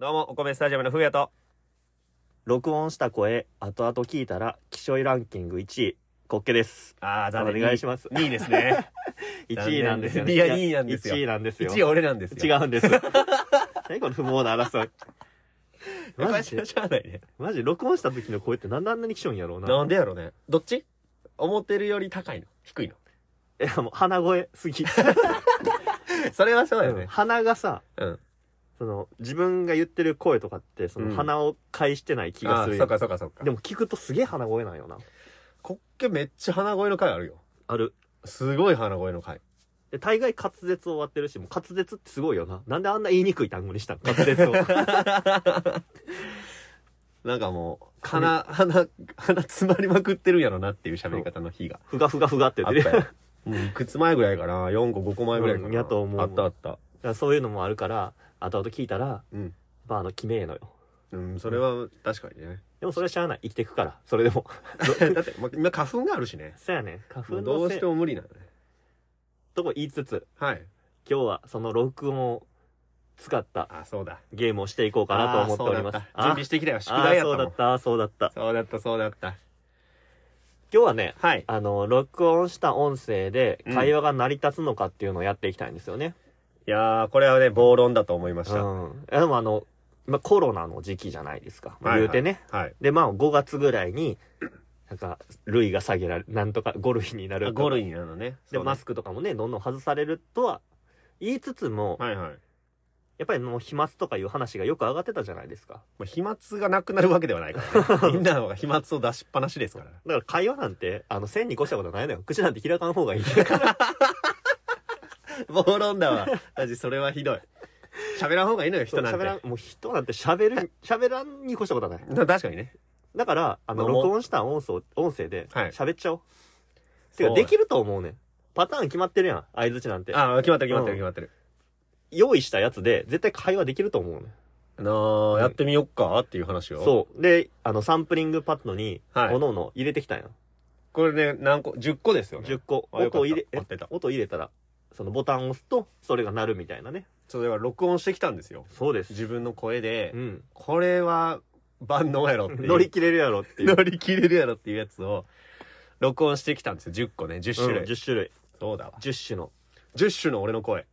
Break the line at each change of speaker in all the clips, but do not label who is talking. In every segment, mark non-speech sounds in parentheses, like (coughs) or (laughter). お米スタジアムの風やと
録音した声、後々聞いたら、気象ランキング1位、滑稽です。
ああ残念
お願いします
2位ですね
1位なんですよ、ね。
いや2位なんですよ
1位なん (laughs) ですよ。
1位俺なんです
違
よ
うんです。 (laughs) 何この不毛な争
(laughs)
い。
う
マ
会
ジ
社
で、
じゃないね
マジで録音した時の声ってなんであんなに気象んやろうな。
なんでやろねどっち思ってるより高いの低いの
いや、もう鼻声すぎ。
それはそうだよ
うん
ね
(laughs) 鼻がさ、
うん
その、自分が言ってる声とかって、そ
うん
の鼻を介してない気が
あ
す
ーそ
るや。
うんかそうかそうか
でも聞くとすげえ鼻声なんよな。
こっけめっちゃ鼻声の回あるよ
ある。
すごい鼻声の回
で、大概滑舌終わってるし、もう滑舌ってすごいよな。なんであんな言いにくい単語にしたの
(laughs)
滑舌を。
なんかもう鼻鼻鼻詰まりまくってるんやろなっていう喋り方の日が
ふがふがふがって
あ
言
っ
った (laughs) てる。
よもういくつ前ぐらいかな4個5個前ぐらいかな、
うんやと思う
あったあった
だからそういうのもあるから、後々聞いたら、
うん
まあ、あの、きめえのよ。
うんそれは確かにね
でもそれはしゃあない。生きていくから。それ
(laughs)
でも。
だって、ま、今花粉があるしね
そやねん。花
も
粉
うど
の
う
せい
しても無理なのね
とこ言いつつ、
はい
今日はその録音を使った
あそうだ
ゲームをしていこうかなと思っております。
あーそうだった準備してきたよ宿
あ
題
ー
やっ
そう
たも
だ
ん
った、そうだった。
そうだったそうだった
今日はね、
はい
あの、録音した音声で
うん
会話が成り立つのかっていうのをやっていきたいんですよね。
いやーこれはね暴論だと思いまし
う
た、
ん。でもあの、まあ、コロナの時期じゃないですか。まあ
はいはい
言
う
てね。
はい
で、まあ5月ぐらいに、なんか、類が下げられ、なんとか5類になるとか。
5類なのね
で、
そうね
マスクとかもね、どんどん外されるとは言いつつも、
はいはい
やっぱりもう飛沫とかいう話がよく上がってたじゃないですか。
まあ飛沫がなくなるわけではないから、
(laughs)
ね、みんなが飛沫を出しっぱなしですから
だから会話なんて、あの、線に越したことないのよ。口なんて開かん
(laughs)
方がいい。 (laughs)
暴論だわマジそれはひどい喋らん方がいいのよ人なんて
喋らん、もう人なんて喋る、喋らんに越したことはない。
な確かにね
だから、あの、
まあもう
録音した音声、音声で、
はい
喋っちゃおう。てか、
そう
できると思うねん。パターン決まってるやん。相槌なんて。
ああ決まってる決まってる
うん
決まってる、
用意したやつで、絶対会話できると思うねん。
あのーやってみよっかっていう話を
そう。で、あの、サンプリングパッドに、
はい
おのおの入れてきたんよ。
これね何個10個ですよね
10個。
あよかった
音を入れ、え
合ってた
音入れたら、そのボタンを押すと、それが鳴るみたいなね。
そうだから録音してきたんですよ
そうです。
自分の声で、
うん。
これは万能やろっていう
乗り切れるやろっていう。
乗り切れるやろっていうやつを録音してきたんですよ10個ね10種類、
うん、10種類。
そうだわ
10種の。
10種の俺の声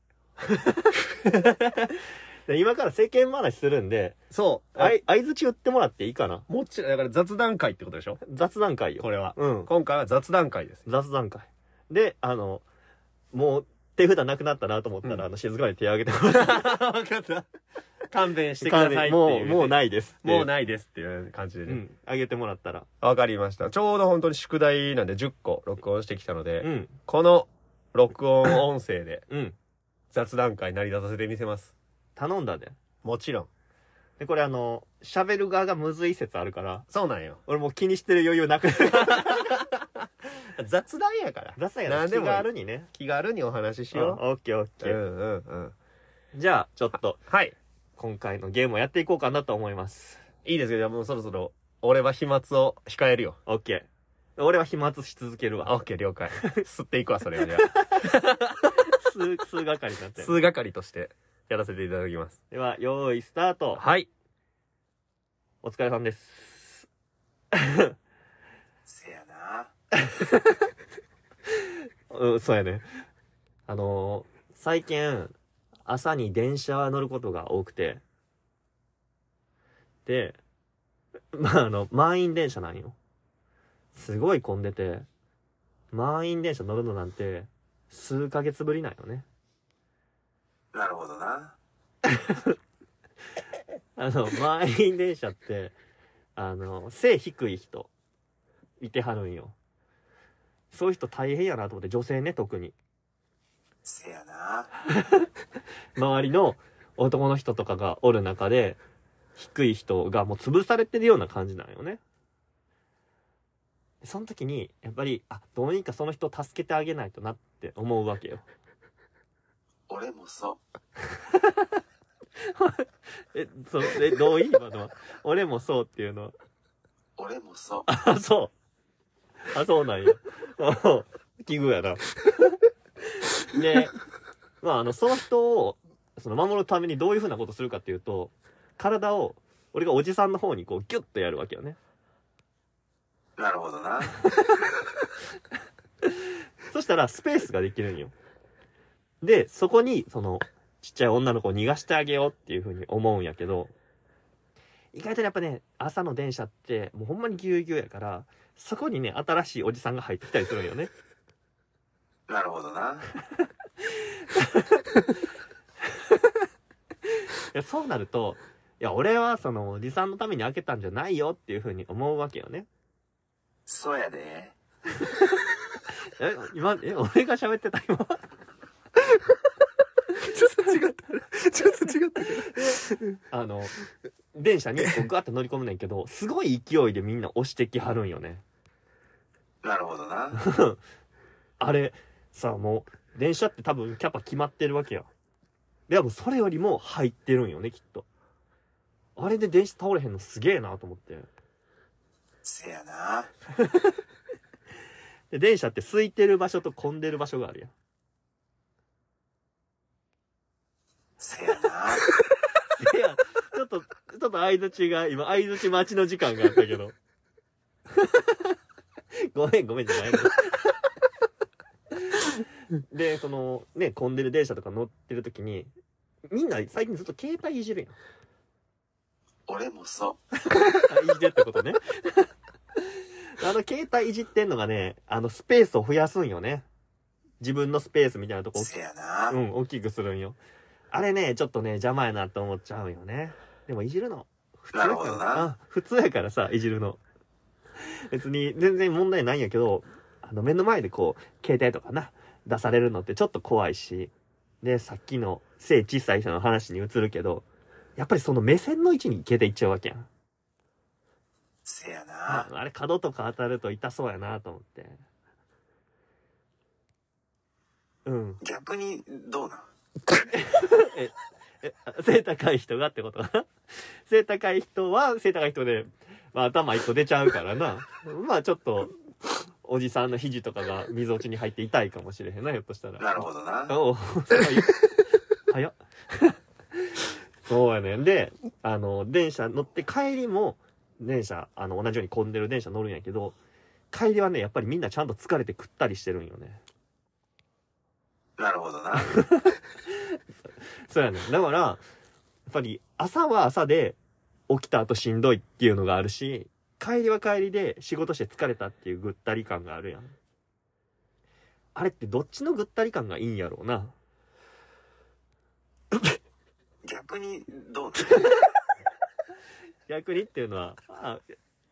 で今から世間話するんで、
そう
あい、相づち打ってもらっていいかな
もちろんだから雑談会ってことでしょ
雑談会よ。
これは、
うん。
今回は雑談会 (laughs) です
雑談会。で、あの、もう、手札なくなったなと思ったら、
うん
あの、静かに手を挙げてもらっ
分かった勘弁しててくださいっていう
もう、もう
い
ないですって。
もう
い。
ないですっていう感じで
う
ね
ん。あげてもらったら。
わ、かりましたちょうど本当に宿題なんで10個録音してきたので、
うん。
この録音音声で
うん。
雑談会成り立たせてみせます
頼んだで。
もちろん
で、これあの、喋る側がむずい説あるから、
そうなんよ
俺もう気にしてる余裕
(laughs)
なくなる。
雑談やから
雑談や
何
な、
で
気
も
があるにね。
気軽にお話しし
うん
よ
オッケーオッ
う
ケ
うん
ー。
うんうん
じゃあ、ちょっと、
はい
今回のゲームをやっていこうかなと思います。
いいですけどじゃあもうそろそろ俺は飛沫を控えるよ
オッケー。俺は飛沫し続けるわ。
オッケー了
(laughs)
解吸っていくわそれをじゃあ
数、数係になって。
数係としてやらせていただきます。
では、用意スタート。
はい。
お疲れさんです。
せやな。
うん、そうやね。あのー最近、朝に電車乗ることが多くて。で、まあ、あの、満員電車なんよ。すごい混んでて、満員電車乗るのなんて、数ヶ月ぶりなんよね。
なるほどな。
あの、満員電車って、あの、背低い人、いてはるんよ。そういう人大変やなと思って、女性ね、特に。
せやな。
周りの男の人とかがおる中で、低い人がもう潰されてるような感じなんよね。その時に、やっぱり、あ、どうにかその人を助けてあげないとなって思うわけよ。
俺もそ
え、そ、え、どういい今のは。俺もそうっていうのは。
う。俺もそう。
あ、そう。あ、そうなんや。 (laughs) あ奇遇やな。で、まあ、あの、その人を、その、守るためにどういうふうなことするかっていうと、体を俺がおじさんの方にこうギュッとやるわけよね
なるほどな。
そしたらスペースができるんよでそこにそのちっちゃい女の子を逃がしてあげようっていうふうに思うんやけど意外とやっぱね朝の電車ってもうほんまにぎゅうぎゅうやからそこにね新しいおじさんが入ってきたりするんよね
なるほどな。
いやそうなるといや俺はそのおじさんのために開けたんじゃないよっていうふうに思うわけよね
そうやで。
え今え俺が喋ってた今
ちょっと違った。ちょっと違った。
あの、電車にこうガーって乗り込むねんけど、すごい勢いでみんな押してきはるんよね。
なるほどな。
あれ、さあもう、電車って多分キャパ決まってるわけよ。でもそれよりも入ってるんよね、きっと。あれで電車倒れへんのすげえなと思って。
せやな。
で、電車って空いてる場所と混んでる場所があるやん。
せやな。
いや、ちょっと、ちょっと相づちが、今、相づち待ちの時間があったけど。 (laughs) ごめん、ごめんじゃないの。で、その、ね、混んでる電車とか乗ってる時に、みんな最近ずっと携帯いじるやん。
俺もそ
あいじってってことね。 (laughs) あの、携帯いじってんのがね、あの、スペースを増やすんよね。自分のスペースみたいなとこ
う。せやな
う。ん、大きくするんよ。あれね、ちょっとね、邪魔やなと思っちゃうよね。でもいじるの。普通や
なるほ
か
ど
ら
な
あ普通やからさ、いじるの。別に全然問題ないんやけど、あの目の前でこう、携帯とかな、出されるのってちょっと怖いし、で、さっきの性小さい人の話に移るけど、やっぱりその目線の位置に携帯いっちゃうわけやん。
せや
あ
な。
あれ角とか当たると痛そうやなと思って。うん。
逆に、どうなん
え背高い人がってことかな背高い人は背高い人で、まあ、頭一個出ちゃうからなまあちょっとおじさんの肘とかが溝落ちに入って痛いかもしれへんなひょっとしたら
なるほどな。
おう (laughs) 早っそうやねんであの電車乗って帰りも電車あの同じように混んでる電車乗るんやけど帰りはねやっぱりみんなちゃんと疲れて食ったりしてるんよね
なるほどな。
(laughs) そうやねん。だから、やっぱり朝は朝で起きた後しんどいっていうのがあるし、帰りは帰りで仕事して疲れたっていうぐったり感があるやん。あれってどっちのぐったり感がいいんやろうな。
逆に、どう
(laughs) 逆にっていうのは、あ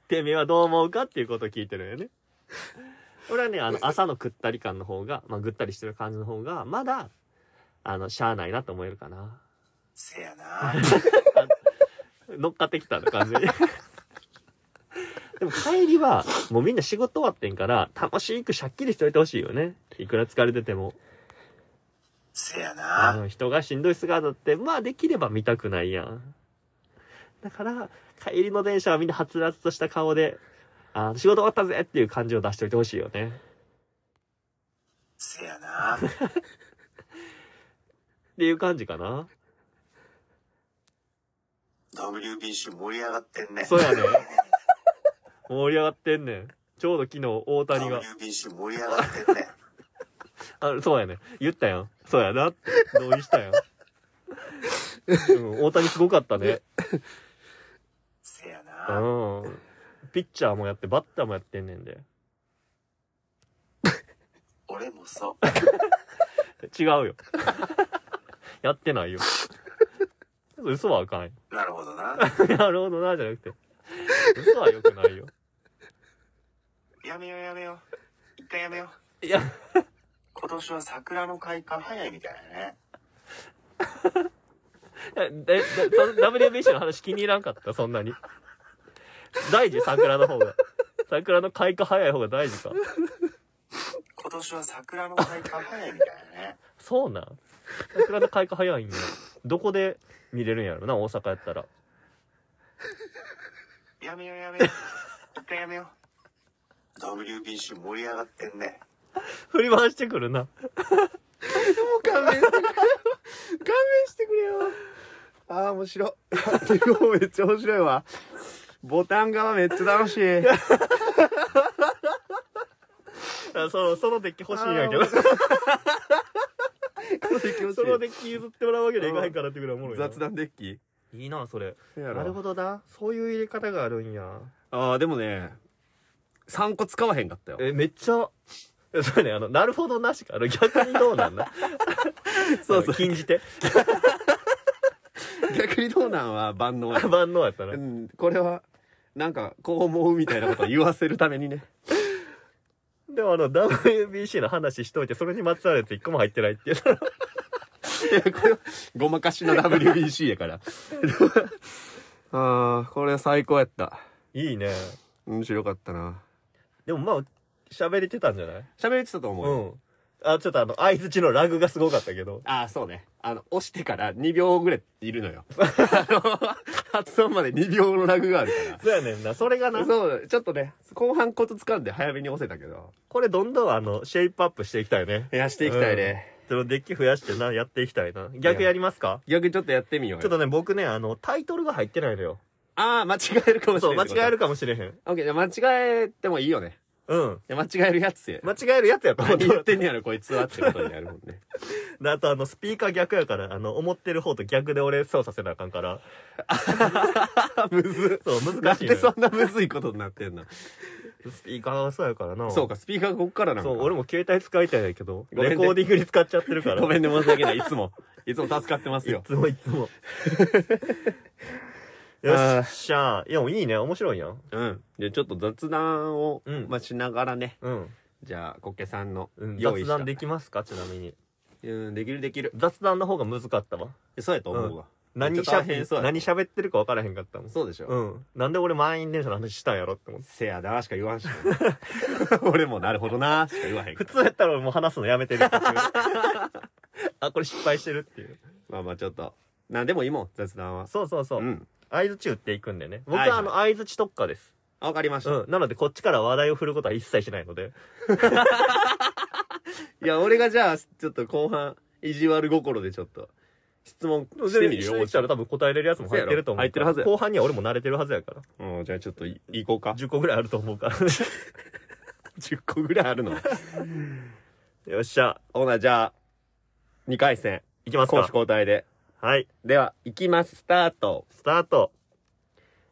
てめえはどう思うかっていうことを聞いてるんよね。俺はね、あの、朝のぐったり感の方が、まあ、ぐったりしてる感じの方が、まだ、あの、しゃあないなと思えるかな。
せやな。
乗っかってきたの感じでも帰りはもうみんな仕事終わってんから楽しくしゃっきりしといてほしいよねいくら疲れてても
せや
あ
な。
の人がしんどい姿ってまあできれば見たくないやんだから帰りの電車はみんなはつらつとした顔であの仕事終わったぜっていう感じを出しといてほしいよね
せやな。
っていう感じかな
WBC 盛り上がってんね。
そうやね盛り上がってんねんちょうど昨日大谷が
WBC 盛り上がってんね。
あ、そうやね。言ったやん。そうやなって。同意したやん。うん、大谷すごかったね。
せや
(laughs) う
な。
ん。ピッチャーもやって、バッターもやってんねんで。
俺もそ
違うよ。やってないよ。嘘はあかんよ。
う。なるほどな。
なるほどな、じゃなくて。嘘は良くないよ。
やめようやめよう。一回やめよう。
いや、
今年は桜の開花早いみたいなね。
え、で、その WBC の話気に入らんかった、そんなに。大事、桜の方が。桜の開花早い方が大事か。
今年は桜の開花早いみたいなね。
そうなん桜の開花早いんや。どこで見れるんやろな、大阪やったら。
やめようやめよう。一回やめよう。WBC 盛り上がってんね。
振り回してくるな。
もう勘弁してくれ。勘弁してくれよ。ああ、面白い。 (laughs) 今日めっちゃ面白いわ。ボタン側めっちゃ楽しい。
あその、そのデッキ欲しいんやけ
あ
ど
ー。 (laughs) 気持ち
そ
い
のデ
い
ッキ譲ってもらうわけにはいかないからってぐらいおもろいな。
雑談デッキ
いいな、それ。
な
なるほどな。そういう入れ方があるんや。
ああ、でもね、3個使わへんかったよ。
え、めっちゃ、えそうね、あの、なるほどなしか、あの、逆にどうなん (laughs) だ
そうそう
あの禁じて。
逆にどうなんは万 (laughs) 能や。
万能やったな
う。ん、これは、なんか、こう思うみたいなことを言わせるためにね。 (laughs)
でもあの、WBC の話しといて、それにまつわるやつ一個も入ってないっていう。そ
いやこれは、ごまかしの WBC やから。 (laughs) ああ、これは最高やった。
のいいね。
面白かったな。
でもまあ、喋れてたんじゃない
喋れてたと思う
う
よ。
ん。あ、ちょっとあの、相槌のラグがすごかったけど。
ああ、そうね。あの、押してから2秒ぐらいいるのよ。 (laughs) あの、発音まで2秒のラグがあるか
(laughs) そうやねんな。それがな
ら。。そう、ちょっとね、後半コツ掴んで早めに押せたけど。
これどんどんあの、シェイプアップしていきたいね。
いや、していきたいね。
そのデッキ増やしてな、やっていきたいな。逆やりますか
逆にちょっとやってみようよ。
ちょっとね、僕ね、あの、タイトルが入ってないのよ。
ああ、間違えるかもし
そ
れ
う、
な
間
い。
違え
る。
るかもしれへん。
オッケー、じゃあ間違えてもいいよね。
うん。
いや間違えるやつや。
間違えるやつやと思っ
何言
た
ってんねやろ、こいつはってことになるもんね。
であとあの、スピーカー逆やから、あの、思ってる方と逆で俺操作せなあか
(laughs)
んから。
(laughs) むず
そう、
なん
難しい、
で
ね。
そんなむずいことになってんの
スピーカーがそうやからな。
そうか、スピーカーがこっからなんか。
そう、俺も携帯使いたいんやけど、
ごめんね
レコーディングに使っちゃってるから。
ごめ
ん。
んね、申し訳ない。いつも。 (laughs) いつも助かってます
い
よ。
つもいつも。
(laughs) あ
よ
ー
っしゃー。いや、もういいね。面白いやん。
うん。じゃあちょっと雑談を、
うん
まあ、しながらね。
うん。
じゃあ、コッケさんの
うん、
用意し
雑
た。
談できますかちなみに。
うん、できるできる。
雑談の方が難かったわ。
そうやと思うわ。
何し
ちょっ
ゃ
と大変そうや
何喋ってるか分からへんかったもん。
そうでしょ。
うん。なんで俺満員電車の話したんやろって思って。
せやなしか言わんし。 (laughs) 俺もなるほどなしか言わへん
(laughs) 普。通やったら俺もう話すのやめ
(laughs)
てる。途中であ、これ失敗してるっていう。
まあまあちょっと。なんでもいいもん、雑談は。
そうそうそうう。
ん。
相槌打っていくんでね。僕
はいは
はいあの、相槌特化です。
あわかりました。
うん。なのでこっちから話題を振ることは一切しないので。
いや、俺がじゃあ、ちょっと後半、意地悪心でちょっと、質問してみるよ。
落ちたら多分答えれるやつも入ってると思うから。
入ってるはずや
後半には俺も慣れてるはずやから。
うん、じゃあちょっとい、行こうか。
10個ぐらいあると思うから。 (laughs)
10個ぐらいあるの。
よっしゃ。
ほな、じゃあ、2回戦、
いきます
攻守
か。
交代で。
はい。
では、行きます。スタート。
スタート。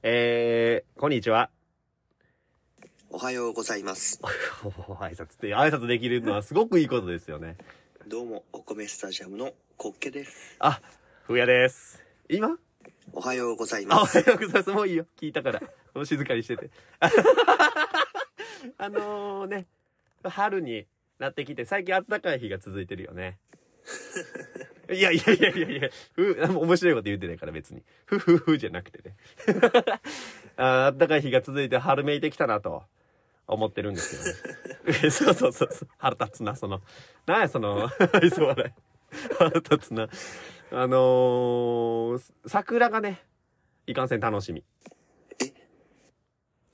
えー、こんにちは。 (laughs)
おはようございます。
お挨拶って、挨拶できるのはすごくいいことですよね。
どうも、お米スタジアムのコッケです。
あ、ふうやです。今
おはようござい
あ、お
ます。
はようございます。もういいよ。聞いたから。もう静かにして (laughs) て。あのーね、春になってきて、最近暖かい日が続いてるよね。いやいやいやいやいや、ふ、なんも面白いこと言ってないから別に。ふふふじゃなくてね。 (laughs) あー暖かい日が続いて春めいてきたなと思ってるんですけどね。 (laughs) そうそうそうそう。腹立つな、その。なんや、その、 (laughs) 愛想笑い。腹立つな。あのー、桜がね、いかんせん楽しみ。
え
い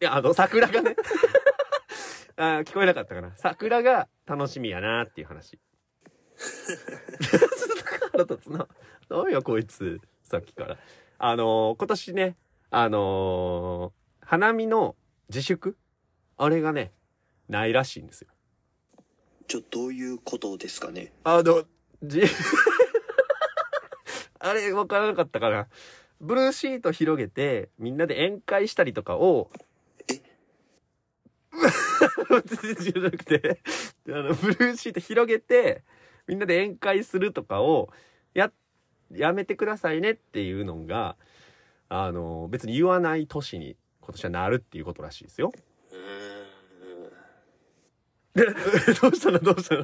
や、あの、桜がね。 (laughs) あー聞こえなかったかな。桜が楽しみやなっていう話。 (laughs) 腹立つな。何やこいつ、さっきから。あのー今年ね、あのー花見の自粛あれがね、ないらしいんですよ。
ちょ、どういうことですかね。
あの、じ、 (laughs) あれ、わからなかったかな。ブルーシート広げて、みんなで宴会したりとかを、
え
(laughs) じゃなくて、あの、ブルーシート広げて、みんなで宴会するとかを、や、やめてくださいねっていうのが、あの、別に言わない年に、今年はなるっていうことらしいですよ。 (laughs)
うー
え
ん。
どうしたのどうしたの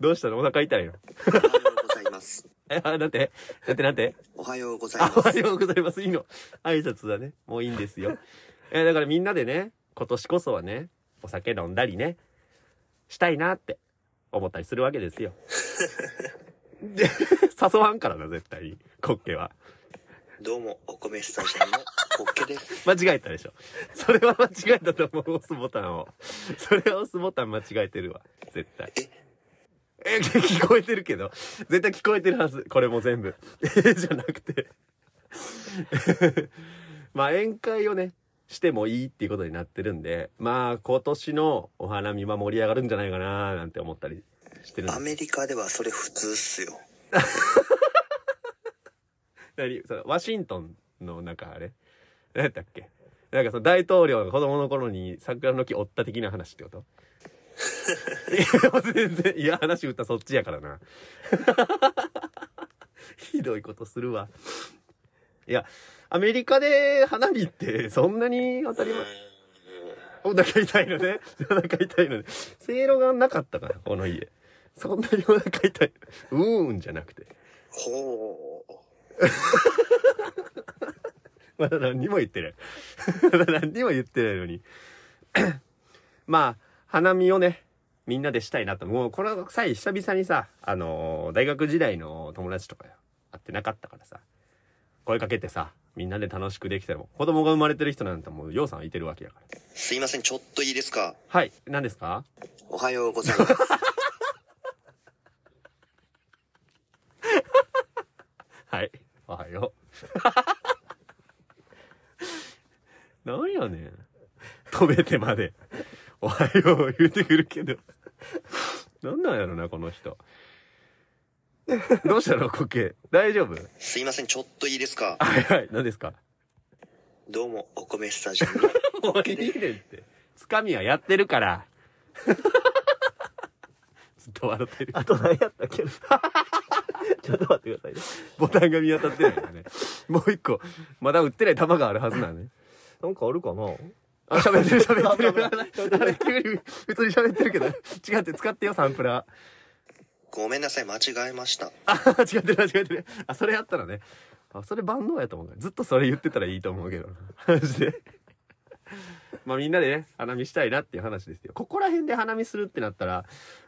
どうしたのお腹痛いの (laughs)
おはようございます。
え、あなんてなんてなんて
おはようござ
(laughs)
い
あお
ま
は
す。
ようございます。いいの。挨拶だね。もういいんです
(laughs)
よ。えだからみんなでね、今年こそはね、お酒飲んだりね、したいなって思ったりするわけ
(laughs)
ですよ。で、誘わんからな、絶対に。コッケは。
どうも、お米スタジアムのコッケです。
間違えたでしょ。それは間違えたと思う、押すボタンを。それは押すボタン間違えてるわ。絶対。え、 (laughs) 聞こえてるけど。絶対聞こえてるはず。これも全部。え、じゃなくて。 (laughs) まあ宴会をねしてもいいっていうことになってるんでまあ今年のお花見は盛り上がるんじゃないかななんて思ったりしてるん
ア
です
メリカではそれ普通っすよ。
何そのワシントンのなんかあれ何やったっけなんかその大統領が子供の頃に桜の木折った的な話ってこと (laughs) いや全然いや話打ったらそっちやからな (laughs) ひどいことするわいやアメリカで花火ってそんなに当たり前お腹痛いのね。お腹痛いのね。せいろがなかったから、この家。そんなにお腹痛い。うーんじゃなくて。
ほう。
(laughs) まだ何にも言ってない。まだ何にも言ってないのに。 (coughs) まあ、花見をね、みんなでしたいなと。もう、この際、久々にさ、あのー大学時代の友達とか会ってなかったからさ、声かけてさ、みんなで楽しくできても、子供が生まれてる人なんてもう、ようさんいてるわけやから。
すいません、ちょっといいですか。
はい、何ですか
おはようございます。
はい。おはよう。 (laughs) 何やねん。止めてまで。おはよう言うてくるけど。何なんやろな、この人。どうしたのコケ。大丈夫
すいません、ちょっといいですか。
はいはい。何ですか
どうも、お米スタジオの。
もういいねんって。つかみはやってるから。 (laughs) ずっと笑ってる。
あと何やったっけ (laughs) ちょっと待ってくださいね。
ボタンが見当たってないよね。もう一個、まだ売ってない玉があるはずなのね。
なんかあるかな
あ、喋ってる喋 (laughs) ってる。あれ、急に普通に喋ってるけど、違って使ってよ、サンプラ
ごめんなさい、間違えました。
ー。あ、 (laughs) 違ってる違ってる。あ、それやったらね。あ、それ万能やと思うからずっとそれ言ってたらいいと思うけどな。 (laughs) マジで。まあみんなでね、花見したいなっていう話ですよ。ここら辺で花見するってなったら、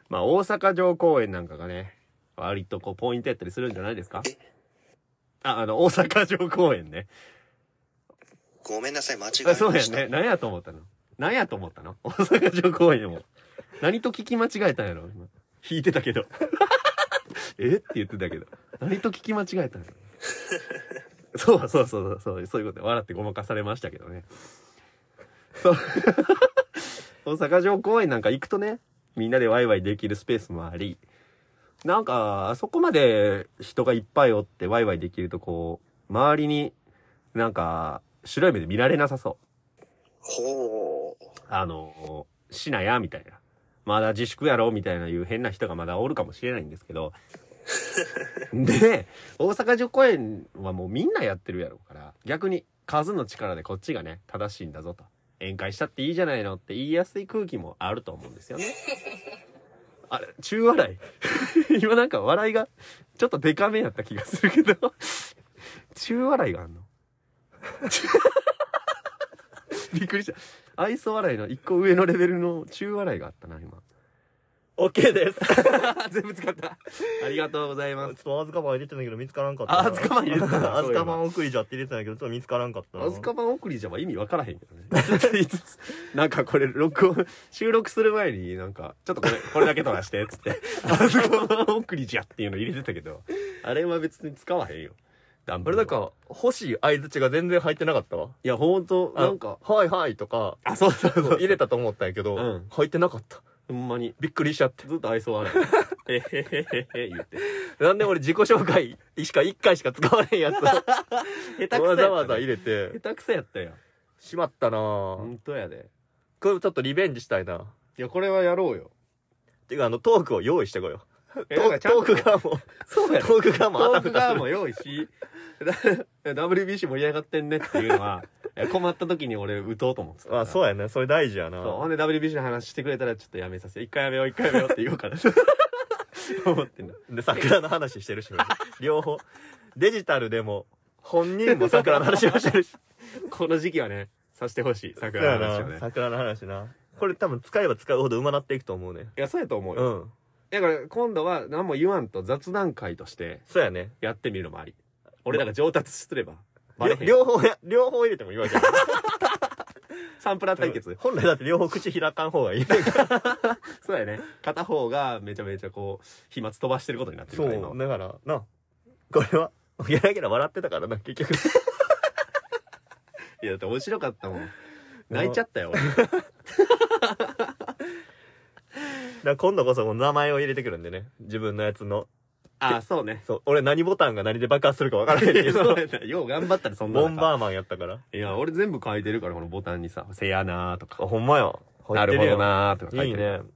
まあ大阪城公園なんかがね、割とこうポイントやったりするんじゃないですか
え
あ、あの、大阪城公園ね。
ごめんなさい、間違えま
あ
した。
そうやね。何やと思ったの何やと思ったの (laughs) 大阪城公園も。何と聞き間違えたんやろ今。弾いてたけど。 (laughs) えって言ってたけど。何と聞き間違えたんやろ (laughs) そうそうそうそうそう。そういうことで笑ってごまかされましたけどね。そう。 (laughs) 大阪城公園なんか行くとね、みんなでワイワイできるスペースもあり、なんか、あそこまで人がいっぱいおってワイワイできるとこう、周りになんか、白い目で見られなさそう。
ほう。
あの、しなや、みたいな。まだ自粛やろ、みたいないう変な人がまだおるかもしれないんですけど。で、大阪城公園はもうみんなやってるやろうから、逆に数の力でこっちがね、正しいんだぞと。宴会したっていいじゃないのって言いやすい空気もあると思うんですよね。あれ、中笑い (laughs) 今なんか笑いが、ちょっとデカめやった気がするけど、 (laughs) 中笑いがあんの (laughs) びっくりした。愛想笑いの一個上のレベルの中笑いがあったな、今。
?OK (laughs) です。
全部使った。ありがとうございま
ちょっ
す。
とアズカバン入れてんだけど見つからんかった
あ、あずかまん入れ
(laughs)
てた。
アズカバ
ン。
ン送りじゃって入れてたんだけどちょっと見つからんかったな
あずかまん送りじゃ意味わからへんけどね。いつつなんかこれ、録音、収録する前になんか、ちょっとこれ、これだけ飛ばして、つって。あずかまん送りじゃっていうの入れてたけど、あれは別に使わへんよ。ダン
あ
ブ
れ
ル
なん
か。
か欲しい相槌が全然入ってなかったわ
いや、ほんと、
あ
なんか、
はいはいとか
あ、そうそうそう
入れたと思ったんやけど、
うん
入ってなかった
ほんまに。
びっくりしちゃって
ずっと愛想笑い。えへへへへ、言って。
なんで俺自己紹介しか1回しか使われんや (laughs) つ
下手くそやった
を
ね。
わざわざ入れて
下手くそやったよ。
しまったな
ほ
ぁ
んとやで。
これちょっとリベンジしたいない
や、これはやろうよ。
ていうかあのトークを用意してこよう
えな
ト
んか
ーク
ちゃんと
トークがも
(laughs)
う
そうやろ。
トークがもう
ト
あた
ーク
ふた
側
する
も用意し、だ WBC 盛り上がってんねっていうの (laughs) は、いや困った時に俺打とうと思ってたから。
あそうやねそれ大事や
そ
な
う。ほんで WBC の話してくれたらちょっとやめさせよう。一回やめよう、一回やめようって言おうから。思ってんだ。
で桜の話してる (laughs) し両方デジタルでも本人も桜の話をしてる
(laughs)
し
この時期はね、させてほしい。
そう
桜
や
の話を
な
ね。
桜の話なこれ多分使えば使うほどうまなっていくと思うね
いや、そうやと思う
う
よ。
ん
だから今度は何も言わんと雑談会として
そうやね
やってみるのもあり。俺らが上達すれば。バレへん。
両方や両方入れてもいいわけ
(laughs)
や
サンプラー対決。
本来だって両方口開かん方がいい
そうやね。片方がめちゃめちゃこう、飛沫飛ばしてることになってる
そ
から今は
うだからなこれはゲラゲラ笑ってたからな結局
いやだって面白かったもん泣いちゃったよ俺
から今度こそもう名前を入れてくるんでね。自分のやつの。
(laughs) ああそうね
そう、俺何ボタンが何で爆発するか分からへんけ
(laughs) そう
ど。
やなよう頑張ったらそんな
ボン
中
バーマンやったから。
いや俺全部書いてるからこのボタンにさ「せやな」と
あ、
か
ほんまや。
「なるほどな」とか書
入
い
っててる
る
やん。いいね。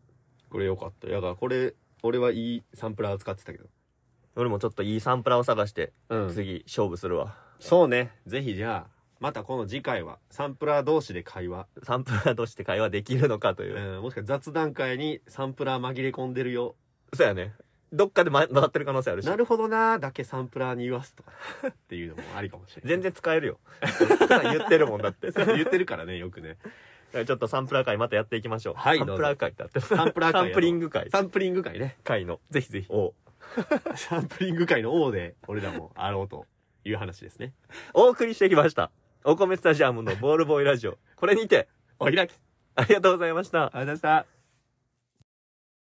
これよかったいやだからこれ俺はいいサンプラー使ってたけど
俺もちょっといいサンプラーを探して、
うん
次勝負するわ。
そうねぜひじゃあまたこの次回はサンプラー同士で会話、
サンプラーとして会話できるのかというう。
ん、もしくは雑談会にサンプラー紛れ込んでるよ
そうやね。どっかでま曲がってる可能性あるし
な。るほどなーだけサンプラーに言わす (laughs) とかっていうのもありかもしれない
全然使えるよ。言ってるもんだっ
(laughs)
て。だか
言ってるからねよくね
らちょっとサンプラー会またやっていきましょう。
はい
サンプラー会ってあって。サ
サンプラー会やろう
ンプリング会。
サンプリング会ね
会の。
ぜひぜひ
お
(laughs) サンプリング会の王で俺らもあろうという話ですね
お送りしてきました。お米スタジアムのボールボーイラジオ。これにて、
お開きあり
ありがとうございました。
がとうございました